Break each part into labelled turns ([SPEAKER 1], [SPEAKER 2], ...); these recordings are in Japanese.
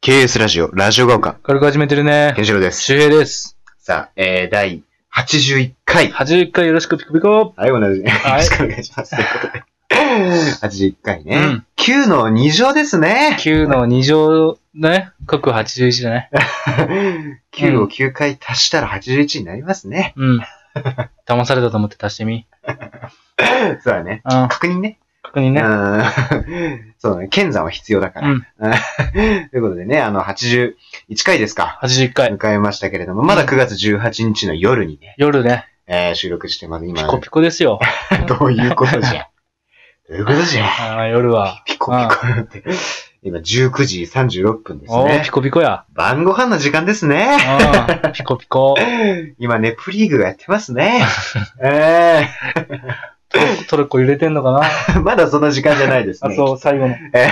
[SPEAKER 1] KS ラジオ、ラジオが丘、
[SPEAKER 2] 軽く始めてるね。
[SPEAKER 1] ケンシロウです。
[SPEAKER 2] 周平です。
[SPEAKER 1] さあ、えー、第81回。
[SPEAKER 2] 81回よろしくピコピコ。
[SPEAKER 1] はい、同じ。よ
[SPEAKER 2] はい
[SPEAKER 1] ろしくお願いし ます。ということで81回ね。
[SPEAKER 2] うん
[SPEAKER 1] 9の2乗ですね。
[SPEAKER 2] 9の2乗だね。各81じゃない。
[SPEAKER 1] 9を9回足したら81になりますね。
[SPEAKER 2] うん。騙されたと思って足してみ。
[SPEAKER 1] そうだね。
[SPEAKER 2] うん。
[SPEAKER 1] 確認ね。
[SPEAKER 2] 確認
[SPEAKER 1] う
[SPEAKER 2] ね。
[SPEAKER 1] ん そうだね。検査は必要だか
[SPEAKER 2] う
[SPEAKER 1] ら。
[SPEAKER 2] ん。
[SPEAKER 1] ということでね、あの、81回ですか。
[SPEAKER 2] 81回。
[SPEAKER 1] 迎えましたけれども、まだ9月18日の夜にね、
[SPEAKER 2] 夜ね、
[SPEAKER 1] えー収録してます。今
[SPEAKER 2] ピ、コピコで すよ。
[SPEAKER 1] どういうことじゃ。どういうことじゃ。
[SPEAKER 2] あー夜は。
[SPEAKER 1] ピコピコって。 今、19時36分です
[SPEAKER 2] おー、
[SPEAKER 1] ね
[SPEAKER 2] ピ。コピコや。
[SPEAKER 1] 晩ご飯の時間ですね。
[SPEAKER 2] うん。ピコピコ。
[SPEAKER 1] 今、ネプリーグがやってます ね。え
[SPEAKER 2] トルコ揺れてんのかな
[SPEAKER 1] ー、 まだその時間じゃないです
[SPEAKER 2] あ、
[SPEAKER 1] ね。
[SPEAKER 2] そう、最後の。
[SPEAKER 1] え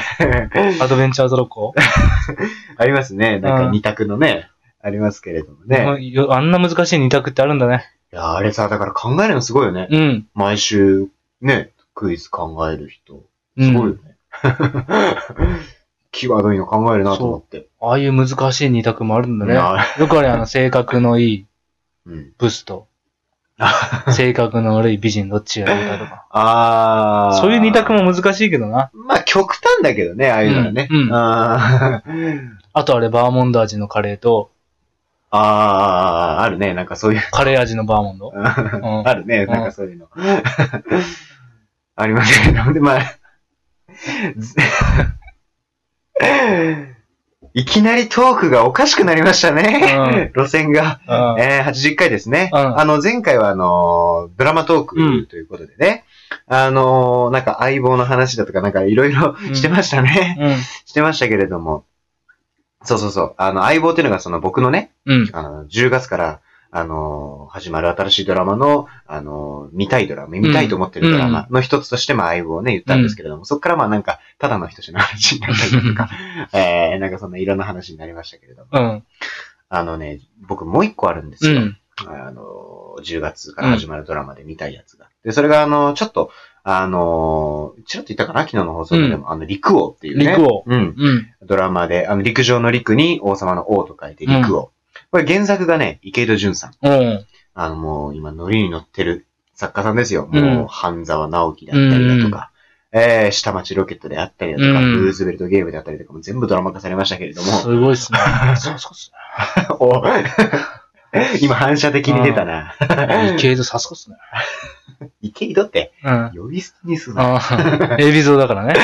[SPEAKER 2] アドベンチャートルコ。
[SPEAKER 1] ありますね。なんか二択のね、ありますけれども
[SPEAKER 2] も
[SPEAKER 1] ね。
[SPEAKER 2] うよあんな難しい2択ってあるんだね。
[SPEAKER 1] いや、あれさ、だから考えるのすごいよね。
[SPEAKER 2] うん。
[SPEAKER 1] 毎週、ね、クイズ考える人。
[SPEAKER 2] う
[SPEAKER 1] すごい
[SPEAKER 2] ん。
[SPEAKER 1] よね。 際どいの考えるなと思って。
[SPEAKER 2] ああいう難しい2択もあるんだね。
[SPEAKER 1] な
[SPEAKER 2] よくあれ、あの、性格のいい
[SPEAKER 1] うん。
[SPEAKER 2] ブスと、 性格の悪い美人どっちがいいかとか。
[SPEAKER 1] あー。
[SPEAKER 2] そういう二択も難しいけどな。
[SPEAKER 1] まあ、極端だけどね、ああいうのはね。
[SPEAKER 2] うんうん
[SPEAKER 1] あー
[SPEAKER 2] あとあれ、バーモンド味のカレーと、
[SPEAKER 1] あー、あるね、なんかそういう。
[SPEAKER 2] カレー味のバーモンド。
[SPEAKER 1] あ
[SPEAKER 2] うん。
[SPEAKER 1] るね、なんかそういうの。 ありますけど、で、まあ、 ずいきなりトークがおかしくなりましたね。路線が。
[SPEAKER 2] うん
[SPEAKER 1] えー、80回ですね。
[SPEAKER 2] うん
[SPEAKER 1] あの、前回はあのー、ドラマトー
[SPEAKER 2] うん
[SPEAKER 1] クということでね。あのー、なんか相棒の話だとか、なんかいろいろしてましたね。
[SPEAKER 2] うん。
[SPEAKER 1] してましたけれども、そうそうそう、あの、相棒っていうのがその僕のね、
[SPEAKER 2] うん。
[SPEAKER 1] あの、10月から、あのー始まる新しいドラマの、あのー見たいドラマ、見たいと思ってるドラマの一つとして、まあ、相棒をね、言ったんですけれども、そっからまあ、なんか、ただの人志の話になったりだとか、 えー、なんかそんないろんな話になりましたけれども、
[SPEAKER 2] うん。
[SPEAKER 1] あのね、僕もう一個あるんです
[SPEAKER 2] う
[SPEAKER 1] よ。
[SPEAKER 2] ん。
[SPEAKER 1] あのー10月から始まるドラマで見たいやつが。で、それが、あのーちょっと、あのーちらっと言ったかな昨日の放送でも、あの、陸王っていうね。
[SPEAKER 2] 陸王
[SPEAKER 1] うん。
[SPEAKER 2] うん。
[SPEAKER 1] ドラマで、あの、陸上の陸に王様の王と書いて陸王。これ原作がね、池戸潤さん。
[SPEAKER 2] うん。
[SPEAKER 1] あの、もう今、ノリに乗ってる作家さんですよ。
[SPEAKER 2] うん
[SPEAKER 1] もう、半沢直樹だったりだとか、えー、下町ロケットであったりだとか、
[SPEAKER 2] うん
[SPEAKER 1] ルーズベルトゲームであったりとかも全部ドラマ化されましたけれども、
[SPEAKER 2] すごいっすね。そうそうそ
[SPEAKER 1] お 今、反射的に出たな。
[SPEAKER 2] う。いけるさすがっすね。
[SPEAKER 1] 池井戸って、
[SPEAKER 2] うん。
[SPEAKER 1] 呼び捨てにすな。
[SPEAKER 2] ああ、エビゾだからね。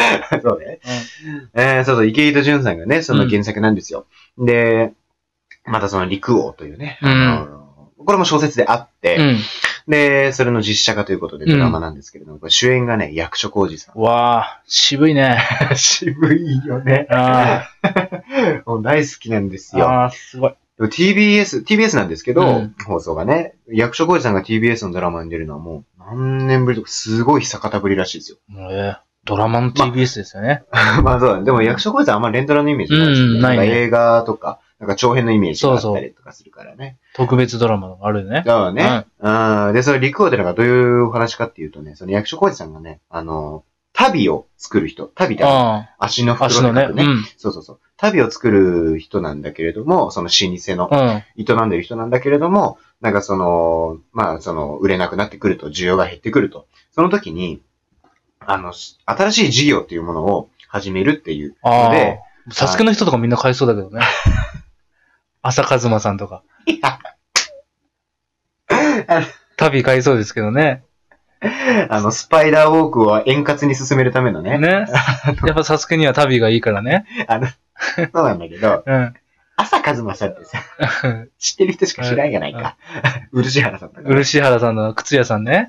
[SPEAKER 1] そうね。えー、そうそう、池井戸潤さんがね、その原作なんですよ。で、またその陸王というね、
[SPEAKER 2] うん
[SPEAKER 1] あのこれも小説であって、
[SPEAKER 2] うん。
[SPEAKER 1] で、それの実写化ということでドラマなんですけれども、これ主演がね、役所広司さ
[SPEAKER 2] わあ、渋いね。
[SPEAKER 1] ん。 渋いよね。
[SPEAKER 2] あ
[SPEAKER 1] もう大好きなんです
[SPEAKER 2] あ、
[SPEAKER 1] よ。
[SPEAKER 2] ああ、すごい。
[SPEAKER 1] でも TBS、TBS なんですけど、
[SPEAKER 2] うん
[SPEAKER 1] 放送がね、役所広司さんが TBS のドラマに出るのはもう何年ぶりとか、すごい久方ぶりらしいですよ。
[SPEAKER 2] もうねドラマの TBS ですよね。
[SPEAKER 1] まあそうだね。でも役所広司さんあんま連ドラのイメージないですよね。
[SPEAKER 2] うんないね
[SPEAKER 1] んか映画とか、なんか長編のイメージがあったりとかするからね。
[SPEAKER 2] 特別ドラマがあるよね。
[SPEAKER 1] だからね。うん。で、その陸王ってのがどういうお話かっていうとね、その役所広司さんがね、あの、旅を作る人、旅だ、
[SPEAKER 2] あ
[SPEAKER 1] 足の
[SPEAKER 2] あ、
[SPEAKER 1] 袋
[SPEAKER 2] 足の
[SPEAKER 1] で
[SPEAKER 2] ね。
[SPEAKER 1] 書
[SPEAKER 2] う
[SPEAKER 1] くね。
[SPEAKER 2] ん。
[SPEAKER 1] そうそうそう。旅を作る人なんだけれども、その老舗の、
[SPEAKER 2] うん。
[SPEAKER 1] 営んでる人なんだけれども、なんかその、まあその、売れなくなってくると、需要が減ってくると。その時に、あの、し新しい事業っていうものを始めるっていう
[SPEAKER 2] あ
[SPEAKER 1] の
[SPEAKER 2] あ
[SPEAKER 1] で、。
[SPEAKER 2] サスケの人とかみんな買いそうだけど ね。浅香馬さんとか。旅買いそうですけどね。
[SPEAKER 1] あの、スパイダーウォークを円滑に進めるためのね、
[SPEAKER 2] ね。やっぱサスケには旅がいいからね。
[SPEAKER 1] あの、そうなんだけど、
[SPEAKER 2] うん。
[SPEAKER 1] 朝和馬さんってさ、知ってる人しか知らんやないか。漆原さんとか、
[SPEAKER 2] 漆原さんの靴屋さんね。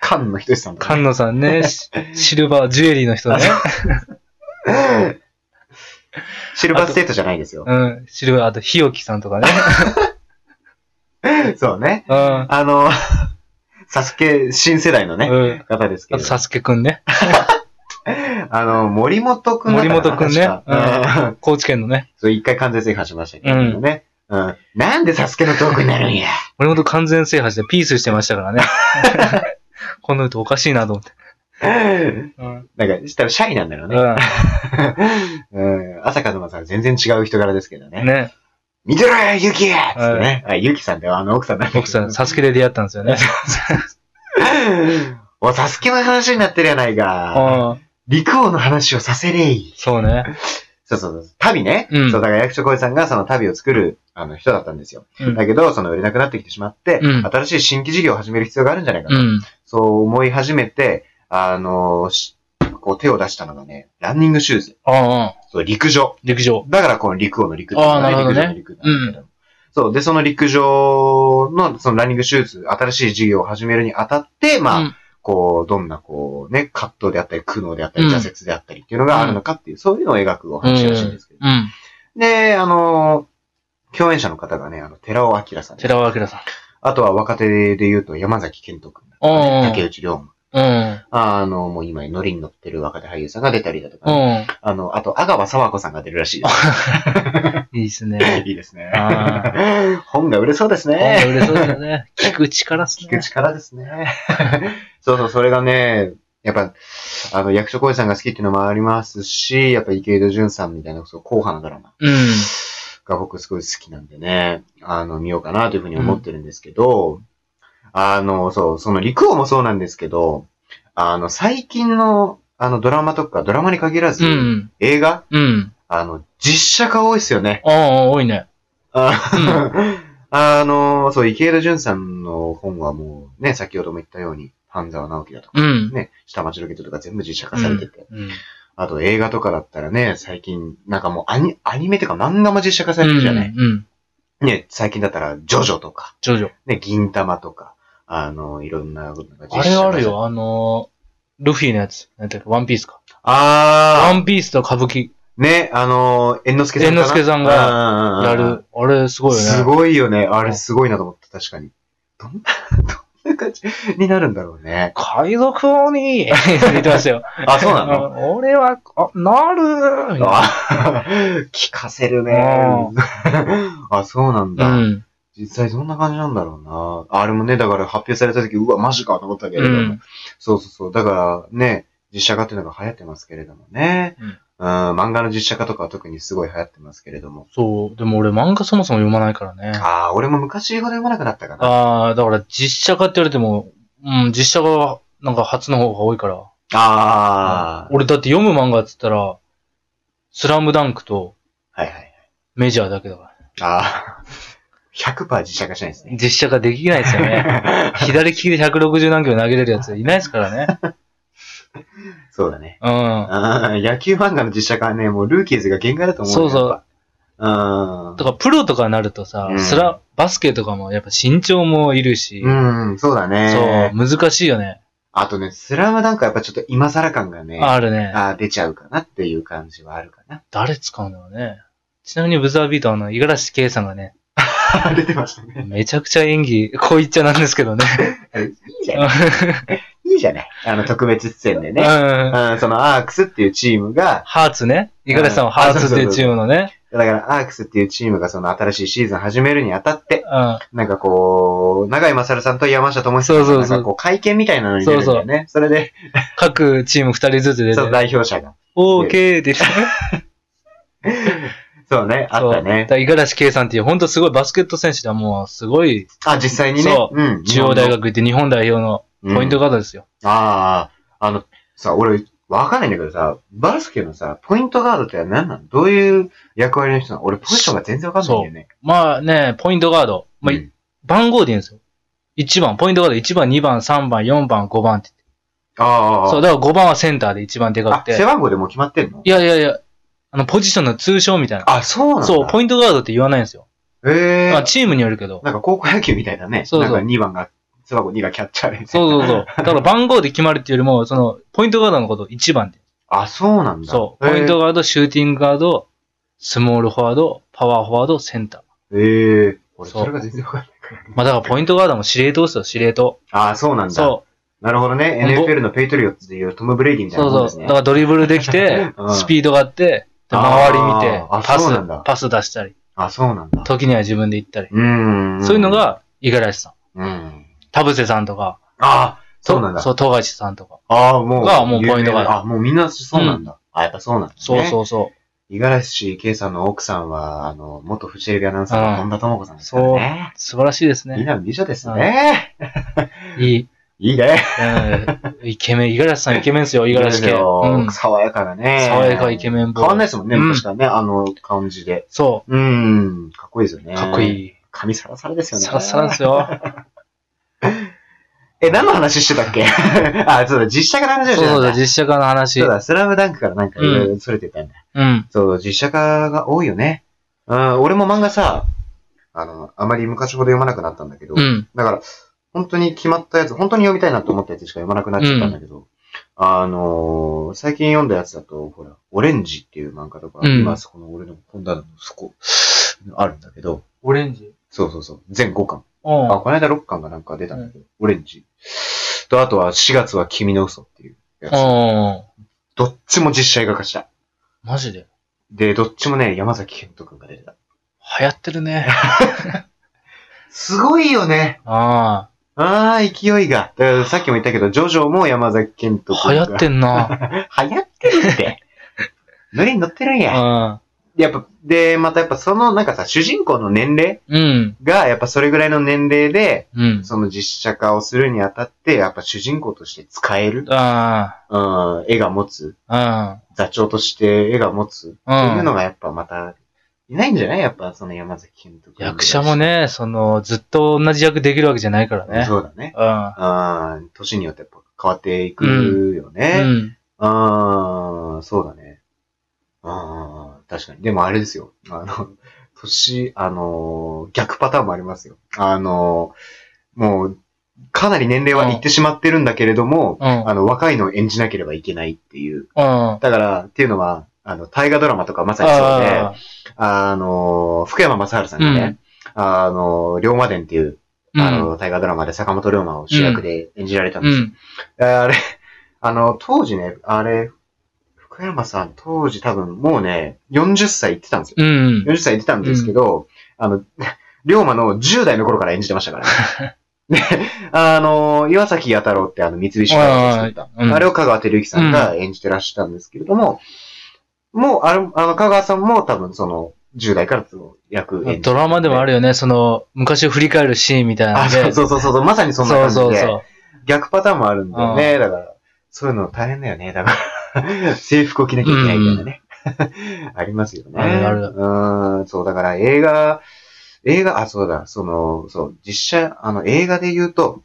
[SPEAKER 1] 菅野仁さんとかね、
[SPEAKER 2] 菅野さ んね。しシルバー、ジュエリーの人ね。
[SPEAKER 1] シルバーステートじゃないですよ。
[SPEAKER 2] うん。シルバー、あと、日置さんとかね。
[SPEAKER 1] そう ね。
[SPEAKER 2] うん。
[SPEAKER 1] あの、 サスケ新世代のね、
[SPEAKER 2] うん。
[SPEAKER 1] 方ですけ
[SPEAKER 2] あ
[SPEAKER 1] ど
[SPEAKER 2] と、、サスケくんね。
[SPEAKER 1] あの、森本くんだったかな
[SPEAKER 2] 森本くんね
[SPEAKER 1] 確。かうん
[SPEAKER 2] 高知県のね。
[SPEAKER 1] そう、一回完全制覇しましたけどね。うんなんでサスケのトークになるんや。
[SPEAKER 2] 森本完全制覇してピースしてましたからね。この歌おかしいなと思って。うん。
[SPEAKER 1] なんか、多分シャイなんだろう
[SPEAKER 2] う
[SPEAKER 1] ね。うん。朝香馬さん全然違う人柄ですけどね。
[SPEAKER 2] ん。ね。
[SPEAKER 1] 見てろよ、ゆきつってね。あ、ゆきさんだよ、あの奥さんだ
[SPEAKER 2] 僕さ、サスケで出会ったんですよね。
[SPEAKER 1] お、サスケの話になってるやないか。
[SPEAKER 2] うん。
[SPEAKER 1] 陸王の話をさせれい。
[SPEAKER 2] そうね。
[SPEAKER 1] そうそうそう。旅ね。
[SPEAKER 2] うん
[SPEAKER 1] そう、だから役所広司さんがその旅を作る、あの、人だったんですよ。
[SPEAKER 2] うん
[SPEAKER 1] だけど、その売れなくなってきてしまって、
[SPEAKER 2] うん
[SPEAKER 1] 新しい新規事業を始める必要があるんじゃないか
[SPEAKER 2] う
[SPEAKER 1] と。
[SPEAKER 2] ん。
[SPEAKER 1] そう思い始めて、あの、しこう手を出したのがね、ランニングシューズ。
[SPEAKER 2] ああ、
[SPEAKER 1] そう、陸上。
[SPEAKER 2] 陸上。
[SPEAKER 1] だからこの陸王の陸っていう
[SPEAKER 2] あーなるほどね
[SPEAKER 1] 陸上の陸なんだけど。そう。で、その陸上の、そのランニングシューズ、新しい事業を始めるにあたって、まあ、
[SPEAKER 2] うん
[SPEAKER 1] こう、どんなこうね、葛藤であったり、苦悩であったり、
[SPEAKER 2] うん
[SPEAKER 1] 挫折であったりっていうのがあるのかっていう、そういうのを描くお話らしいんですけど。
[SPEAKER 2] うん。
[SPEAKER 1] で、あの、共演者の方がね、あの、寺尾明さんです
[SPEAKER 2] 寺尾明さん。
[SPEAKER 1] あとは若手で言うと山崎健人君、
[SPEAKER 2] うん
[SPEAKER 1] 竹内涼真。
[SPEAKER 2] うん。
[SPEAKER 1] あの、もう今ノリに乗ってる若手俳優さんが出たりだとか、
[SPEAKER 2] うん。
[SPEAKER 1] あの、あと、阿川沢子さんが出るらしいです。
[SPEAKER 2] いいですね。
[SPEAKER 1] いいですね
[SPEAKER 2] あ。
[SPEAKER 1] 本が売れそうです
[SPEAKER 2] 本が
[SPEAKER 1] ね。
[SPEAKER 2] 売れそうですよね。聞く力っす
[SPEAKER 1] 聞
[SPEAKER 2] ね
[SPEAKER 1] く。力ですね。 そうそう、それがね、やっぱ、あの、役所広司さんが好きっていうのもありますし、やっぱ池井戸潤さんみたいな、そう、硬派なドラマ
[SPEAKER 2] うん。
[SPEAKER 1] が僕すごい好きなんでね、あの、見ようかなというふうに思ってるんですけど、あの、そう、その陸王もそうなんですけど、あの、最近の、あの、ドラマとか、ドラマに限らず、
[SPEAKER 2] うん。
[SPEAKER 1] 映画、
[SPEAKER 2] うん。
[SPEAKER 1] あの、実写化多いですよね。
[SPEAKER 2] ああ、多いね。
[SPEAKER 1] あ あの、そう、池井戸潤さんの本はもう、ね、先ほども言ったように、半沢直樹だとか、
[SPEAKER 2] うん。
[SPEAKER 1] ね、下町ロケットとか全部実写化されてて、
[SPEAKER 2] うん。
[SPEAKER 1] あと映画とかだったらね、最近、なんかもうアニアニメとか漫画も実写化されてるじゃない、
[SPEAKER 2] うん。
[SPEAKER 1] ね、最近だったら、ジョジョとか、
[SPEAKER 2] ジョジョ。
[SPEAKER 1] ね、銀玉とか、あの、いろんなことが
[SPEAKER 2] あれある。よ、あのー、ルフィのやつ。なんていうか、ワンピースか。ワ
[SPEAKER 1] あ
[SPEAKER 2] ンピースと歌舞伎
[SPEAKER 1] ー、ね、あの、猿之助さんかな。
[SPEAKER 2] 猿之助さん
[SPEAKER 1] が
[SPEAKER 2] やる。あれ、すごいよね。
[SPEAKER 1] す
[SPEAKER 2] い。
[SPEAKER 1] ごいよね。あれすごいなと思って、確かに。どんな、 どんな感じになるんだろうね。
[SPEAKER 2] 海賊王に 言ってましたよ。
[SPEAKER 1] あ、そうなの
[SPEAKER 2] の俺は、あ、なる
[SPEAKER 1] あ聞かせるね
[SPEAKER 2] う。
[SPEAKER 1] あ、そうなん
[SPEAKER 2] う
[SPEAKER 1] だ。
[SPEAKER 2] ん。
[SPEAKER 1] 実際どんな感じなんだろうな。あれもね、だから発表された時、うわ、マジかと思ったけれ
[SPEAKER 2] う
[SPEAKER 1] ども。
[SPEAKER 2] ん。
[SPEAKER 1] そうそうそう。だからね、実写化っていうのが流行ってますけれどもね。
[SPEAKER 2] うん
[SPEAKER 1] うん、漫画の実写化とかは特にすごい流行ってますけれども。
[SPEAKER 2] そう。でも俺漫画そもそも読まないからね。
[SPEAKER 1] ああ、俺も昔ほど読まなくなったかな。
[SPEAKER 2] ああ、だから実写化って言われても、うん、実写がなんか初の方が多いから。
[SPEAKER 1] ああ、
[SPEAKER 2] 俺だって読む漫画っつったら、スラムダンクと
[SPEAKER 1] はいはいはい。
[SPEAKER 2] メジャーだけだから。
[SPEAKER 1] ああ、100%実写化しないですね。
[SPEAKER 2] 実写化できないですよね。 左利きで160何キロ投げれるやついないですからね。
[SPEAKER 1] そうだね。
[SPEAKER 2] うん。
[SPEAKER 1] あー野球漫画の実写化はね、もうルーキーズが限界だと思うよ
[SPEAKER 2] そうそう
[SPEAKER 1] やっぱ
[SPEAKER 2] だからプロとかになるとさ、
[SPEAKER 1] うん
[SPEAKER 2] スラ、バスケとかもやっぱ身長もいるし、
[SPEAKER 1] うん。うん、そうだ
[SPEAKER 2] そう、
[SPEAKER 1] ね。
[SPEAKER 2] 難しいよね。
[SPEAKER 1] あとね、スラムダンクはやっぱちょっと今更感がね、あ
[SPEAKER 2] あるね。
[SPEAKER 1] ー出ちゃうかなっていう感じはあるかな。
[SPEAKER 2] 誰使うのよね。ちなみにブザービートはあの、五十嵐圭さんがね、
[SPEAKER 1] 出てましたね。
[SPEAKER 2] めちゃくちゃ演技、こう言っちゃなんですけ どね。
[SPEAKER 1] いいじゃない。いいじゃない。あの、特別出演で
[SPEAKER 2] う。
[SPEAKER 1] ね。うんん、そのアークスっていうチームが、
[SPEAKER 2] ハーツね。五十嵐さんはハーツっていうチームのね。
[SPEAKER 1] だからアークスっていうチームがその新しいシーズン始めるにあたって、
[SPEAKER 2] うん。
[SPEAKER 1] なんかこう、長井勝さんと山下智久さん
[SPEAKER 2] そう
[SPEAKER 1] が
[SPEAKER 2] そう
[SPEAKER 1] なん
[SPEAKER 2] そう
[SPEAKER 1] かこう会見みたいなのに出るんだよね。それで、
[SPEAKER 2] 各チーム二人ずつ出て
[SPEAKER 1] その、代表者が。
[SPEAKER 2] オーケーって言ってね。
[SPEAKER 1] そうね、 あったね。
[SPEAKER 2] そう。五十嵐圭さんっていう、本当すごいバスケット選手ではもう、すごい、
[SPEAKER 1] あ、実際にね。
[SPEAKER 2] そ
[SPEAKER 1] うん
[SPEAKER 2] 中央大学行って日本代表のポイント
[SPEAKER 1] が。
[SPEAKER 2] ガードですよ。
[SPEAKER 1] うんああ、あの、さ、俺、わかんないんだけどさ、バスケのさ、ポイントガードって何なのどういう役割の人なの俺、ポジションが全然わかんないんだよね。
[SPEAKER 2] まあね、ポイントガード。まあ、
[SPEAKER 1] うん
[SPEAKER 2] 番号で言うんですよ。1番、ポイントガード1番、2番、3番、4番、5番って。
[SPEAKER 1] ああああ、
[SPEAKER 2] そう、だから5番はセンターで一番でか
[SPEAKER 1] あ
[SPEAKER 2] く、て。
[SPEAKER 1] 背番号でもう決まってんの
[SPEAKER 2] いやいやいや、あの、ポジションの通称みたいな。
[SPEAKER 1] あ、そうなんだ。
[SPEAKER 2] そう、ポイントガードって言わないんですよ。
[SPEAKER 1] ええ
[SPEAKER 2] まあ、チームによるけど。
[SPEAKER 1] なんか高校野球みたいだね。
[SPEAKER 2] そうそう
[SPEAKER 1] なんか2番が、背番号2がキャッチャーで。
[SPEAKER 2] そうそうそう。だから番号で決まるっていうよりも、その、ポイントガードのことを1番で。
[SPEAKER 1] あ、そうなんだ。
[SPEAKER 2] そう。ポイント
[SPEAKER 1] が。
[SPEAKER 2] ガード、シューティングガード、スモールフォワード、パワーフォワード、センター。
[SPEAKER 1] ええ俺、
[SPEAKER 2] そう
[SPEAKER 1] それが全然わかんないから。
[SPEAKER 2] まあだからポイントガードも司令塔ですよ、司令塔。
[SPEAKER 1] あ、そうなんだ。
[SPEAKER 2] そ
[SPEAKER 1] なるほどね。
[SPEAKER 2] ほんと
[SPEAKER 1] NFL のペイトリオッツでいうトム・ブレイディ
[SPEAKER 2] う。
[SPEAKER 1] みたいなもん
[SPEAKER 2] そう
[SPEAKER 1] で
[SPEAKER 2] そ
[SPEAKER 1] す
[SPEAKER 2] う。
[SPEAKER 1] ね。、
[SPEAKER 2] だからドリブルできて
[SPEAKER 1] うん
[SPEAKER 2] スピードがあって、で周り見て
[SPEAKER 1] あ、ーあ
[SPEAKER 2] パ
[SPEAKER 1] そ
[SPEAKER 2] ス
[SPEAKER 1] うなんだ、
[SPEAKER 2] パス出したり、
[SPEAKER 1] あ、そうなんだ。
[SPEAKER 2] 時には自分で行ったり。
[SPEAKER 1] うーん。
[SPEAKER 2] そういうの、が、五十嵐さん。
[SPEAKER 1] うん。
[SPEAKER 2] 田臥さんとか、
[SPEAKER 1] あ、そうなんだ
[SPEAKER 2] そう、富樫さんとか。
[SPEAKER 1] ああ、もう。
[SPEAKER 2] がもうポイントがあ
[SPEAKER 1] 有名
[SPEAKER 2] る
[SPEAKER 1] なあ、もうみんなそうなんだ。あ、やっぱそうなんだ、ね。
[SPEAKER 2] そう
[SPEAKER 1] う。
[SPEAKER 2] そうそ
[SPEAKER 1] 五十嵐圭さんの奥さんは、あの、元フジテレビアナウンサー
[SPEAKER 2] うん
[SPEAKER 1] の本田智子さんですからね
[SPEAKER 2] う。。素晴らしいです
[SPEAKER 1] みん
[SPEAKER 2] ね。
[SPEAKER 1] な美女ですね。
[SPEAKER 2] いい。
[SPEAKER 1] いいね。
[SPEAKER 2] うんイケメン、五十嵐さんイケメンですよ、五十嵐家。う
[SPEAKER 1] よ
[SPEAKER 2] ん。
[SPEAKER 1] 爽やかなね。
[SPEAKER 2] 爽やかイケメンボーイ
[SPEAKER 1] 変わんないですもんね、
[SPEAKER 2] うん
[SPEAKER 1] 昔からね、あの感じで。
[SPEAKER 2] そ
[SPEAKER 1] うん、かっこいいですよね。
[SPEAKER 2] う。かっこ
[SPEAKER 1] い。
[SPEAKER 2] いい。
[SPEAKER 1] 髪サラサラですよね。
[SPEAKER 2] サラサラですよ。
[SPEAKER 1] え、何の話してたっけ あ、そうだ、実写化の話をし
[SPEAKER 2] そう
[SPEAKER 1] てたんだ。
[SPEAKER 2] そうだ、実写化の話
[SPEAKER 1] そう。だ、スラムダンクからなんかいろいろ逸れてたんだ。
[SPEAKER 2] うん。
[SPEAKER 1] そう、実写化が多いよね。うん、俺も漫画さ、あの、あまり昔ほど読まなくなったんだけど、
[SPEAKER 2] うん。
[SPEAKER 1] だから、本当に決まったやつ、本当に読みたいなと思ったやつしか読まなくなっちゃったんだけど、あのー最近読んだやつだと、ほら、オレンジっていう漫画とか、
[SPEAKER 2] うん
[SPEAKER 1] 今そこの俺の本棚のそこ、あるんだけど、
[SPEAKER 2] オレンジ
[SPEAKER 1] そうそうそう、全5巻。
[SPEAKER 2] うん。
[SPEAKER 1] あ、この間6巻がなんか出たんだけど、オレンジ。と、あとは4月は君の嘘っていうやつ。
[SPEAKER 2] うん。
[SPEAKER 1] どっちも実写映画化した。
[SPEAKER 2] マジで
[SPEAKER 1] で、どっちもね、山崎賢人くんが出てた。
[SPEAKER 2] 流行ってる ね。
[SPEAKER 1] すごいよね。
[SPEAKER 2] あ
[SPEAKER 1] ああ、勢いが。だからさっきも言ったけど、ジョジョも山崎賢人
[SPEAKER 2] あ。
[SPEAKER 1] 君
[SPEAKER 2] 流行
[SPEAKER 1] が。
[SPEAKER 2] ってんな。
[SPEAKER 1] 流行ってる って。ノリに乗ってるん
[SPEAKER 2] う
[SPEAKER 1] や。
[SPEAKER 2] ん。
[SPEAKER 1] やっぱ、で、またやっぱその、なんかさ、主人公の年齢
[SPEAKER 2] うん。
[SPEAKER 1] が、やっぱそれぐらいの年齢で、
[SPEAKER 2] うん。
[SPEAKER 1] その実写化をするにあたって、やっぱ主人公として使える、
[SPEAKER 2] あ
[SPEAKER 1] うん、絵が持つ、
[SPEAKER 2] あ。
[SPEAKER 1] 座長として絵が持つ、
[SPEAKER 2] うん。
[SPEAKER 1] という
[SPEAKER 2] うん
[SPEAKER 1] の。がやっぱまた、いないんじゃないやっぱその山崎賢人君。
[SPEAKER 2] 役者も。ね、その、ずっと同じ役できるわけじゃないからね。
[SPEAKER 1] そうだね。
[SPEAKER 2] う
[SPEAKER 1] うん、年によってやっぱ変わっていくよね。
[SPEAKER 2] ん。うん。
[SPEAKER 1] ああ、そうだね。ああ、確かに。でもあれですよ。あの、 年、あのー、逆パターンもありますよ。あのー、もう、かなり年齢はいってしまってるんだけれども、
[SPEAKER 2] うん。
[SPEAKER 1] あの、若いのを演じなければいけないっていう。
[SPEAKER 2] うん。
[SPEAKER 1] だから、っていうのは、あの、大河ドラマとかまさにそうで、
[SPEAKER 2] あ
[SPEAKER 1] あのー、福山雅治さんがね、あのー、龍馬伝っていう、
[SPEAKER 2] あ。
[SPEAKER 1] あの、大河ドラマで坂本龍馬を主役で演じられたん
[SPEAKER 2] う
[SPEAKER 1] ですよ
[SPEAKER 2] ん。
[SPEAKER 1] えーあれ、あの、当時ね、あれ、福山さん、当時多分もうね、40歳言ってたんですよ。
[SPEAKER 2] うん。
[SPEAKER 1] 40歳言ってたんですけど、あの、 龍馬の10代の頃から演じてましたから、ね。 で、あの、岩崎弥太郎ってあの、三菱カーを作った。
[SPEAKER 2] あーうん
[SPEAKER 1] あれを香川照之さんが演じてらしたんですけれども、もう、あれ、あの、香川さんも多分その、10代からその役演じて
[SPEAKER 2] ドラマでもあ
[SPEAKER 1] る。
[SPEAKER 2] るよね、その、昔を振り返るシーンみたいな
[SPEAKER 1] あ、
[SPEAKER 2] んで。
[SPEAKER 1] そうそうそうそう、まさにそんな感じで。
[SPEAKER 2] そうそうそう。
[SPEAKER 1] 逆パターンもあるんだよね。だから、そういうの大変だよね。だから、 制服を着なきゃいけないみたいなね。 ありますよね。
[SPEAKER 2] あるある
[SPEAKER 1] うーん、そう、だから映画、映画、あ、そうだ、その、そう、実写、あの、映画で言うと、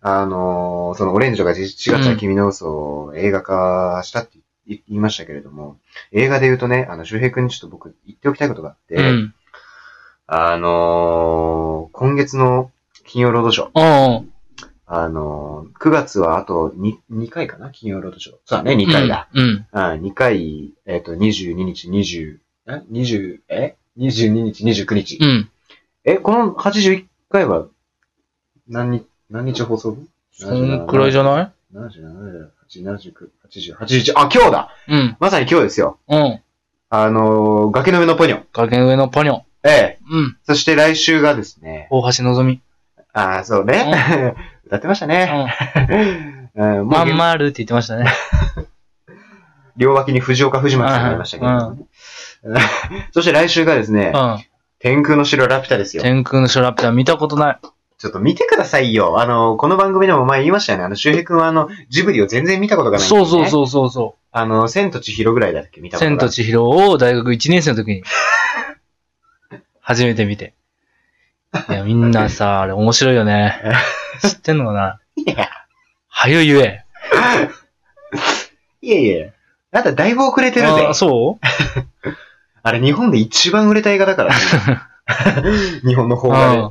[SPEAKER 1] あのー、その、オレンジが4月は君の嘘を映画化したって言い言いましたけれども、映画で言うとね、あの、周平君にちょっと僕言っておきたいことがあって、
[SPEAKER 2] うん。
[SPEAKER 1] あのー、今月の金曜ロードショー、
[SPEAKER 2] うん。
[SPEAKER 1] あのー、9月はあと 2, 2回かな金曜ロードショー。そうだね、2回だ。。
[SPEAKER 2] うん。
[SPEAKER 1] うん、2回、えっ、と、22日、20、え ?20、え ?22 日、29日。
[SPEAKER 2] うん。
[SPEAKER 1] え、この81回は、何日、何日放送分
[SPEAKER 2] そんくらいじゃない
[SPEAKER 1] ?77、79、80、81。あ、今日だ
[SPEAKER 2] うん。
[SPEAKER 1] まさに今日ですよ。
[SPEAKER 2] うん。
[SPEAKER 1] あのー、崖の上のポニョ。
[SPEAKER 2] 崖の上のポニョ。
[SPEAKER 1] ええ。
[SPEAKER 2] うん。
[SPEAKER 1] そして来週がですね、
[SPEAKER 2] 大橋のぞみ。
[SPEAKER 1] ああ、そうね。 歌ってました
[SPEAKER 2] う
[SPEAKER 1] ね。
[SPEAKER 2] ん。
[SPEAKER 1] うん、も
[SPEAKER 2] ま
[SPEAKER 1] うん
[SPEAKER 2] まるって言ってましたね。
[SPEAKER 1] 両脇に藤岡藤巻さんがいましたけど、ね。 そして来週がですね
[SPEAKER 2] う、ん。
[SPEAKER 1] 天空の城ラピュタですよ。
[SPEAKER 2] 天空のショラピュタ見たことない。
[SPEAKER 1] ちょっと見てくださいよ。あの、この番組でも前言いましたよね。あの、周平君はあの、ジブリを全然見たことがない、
[SPEAKER 2] そうそう
[SPEAKER 1] う。
[SPEAKER 2] そうそうそ
[SPEAKER 1] あの、千と千尋ぐらいだっけ見
[SPEAKER 2] う。
[SPEAKER 1] たこと
[SPEAKER 2] 千
[SPEAKER 1] が
[SPEAKER 2] と千尋を大学1年生の時 に、初めて見て。いや、みんなさ、あれ面白いよね。知ってんのかない
[SPEAKER 1] や
[SPEAKER 2] はよゆえ。
[SPEAKER 1] いやいや。あんただいぶ遅れてるぜ
[SPEAKER 2] あ。そう
[SPEAKER 1] あれ、日本で一番売れた映画だからね、 日本の邦
[SPEAKER 2] うん
[SPEAKER 1] 画。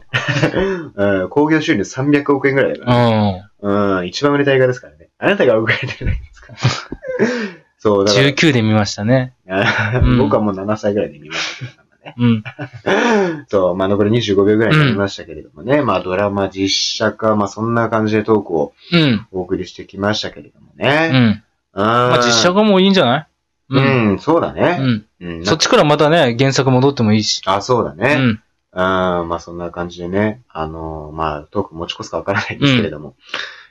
[SPEAKER 1] で。 うん。興行収入300億円ぐらいだからね。
[SPEAKER 2] うん。
[SPEAKER 1] うん、一番売れた映画ですからね。あなたが遅れてるだけです から。そう、だから。
[SPEAKER 2] 19で見ましたね。
[SPEAKER 1] あ
[SPEAKER 2] うん
[SPEAKER 1] 僕はもう7歳ぐらいで見ましたけどね。
[SPEAKER 2] うん。
[SPEAKER 1] そう、まあ残り25秒ぐらいになりましたけれどもね。まあドラマ、実写化、まあそんな感じでトークを
[SPEAKER 2] うん。
[SPEAKER 1] お送りしてきましたけれども
[SPEAKER 2] う
[SPEAKER 1] ね。
[SPEAKER 2] ん。
[SPEAKER 1] うん。
[SPEAKER 2] まあ、実写化もいいんじゃない
[SPEAKER 1] うん、そうだ
[SPEAKER 2] う
[SPEAKER 1] ね。
[SPEAKER 2] ん。
[SPEAKER 1] うん。
[SPEAKER 2] そっちからまたね、原作戻ってもいいし。
[SPEAKER 1] あ、そうだ
[SPEAKER 2] う
[SPEAKER 1] ね。
[SPEAKER 2] ん。
[SPEAKER 1] うん、まあそんな感じでね。あのーまあトーク持ち越すかわからないんですけれども。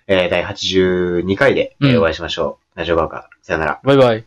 [SPEAKER 1] えー第82回で、えー
[SPEAKER 2] うん
[SPEAKER 1] お会いしましょう。ラジオバーカー、さよなら。
[SPEAKER 2] バイバイ。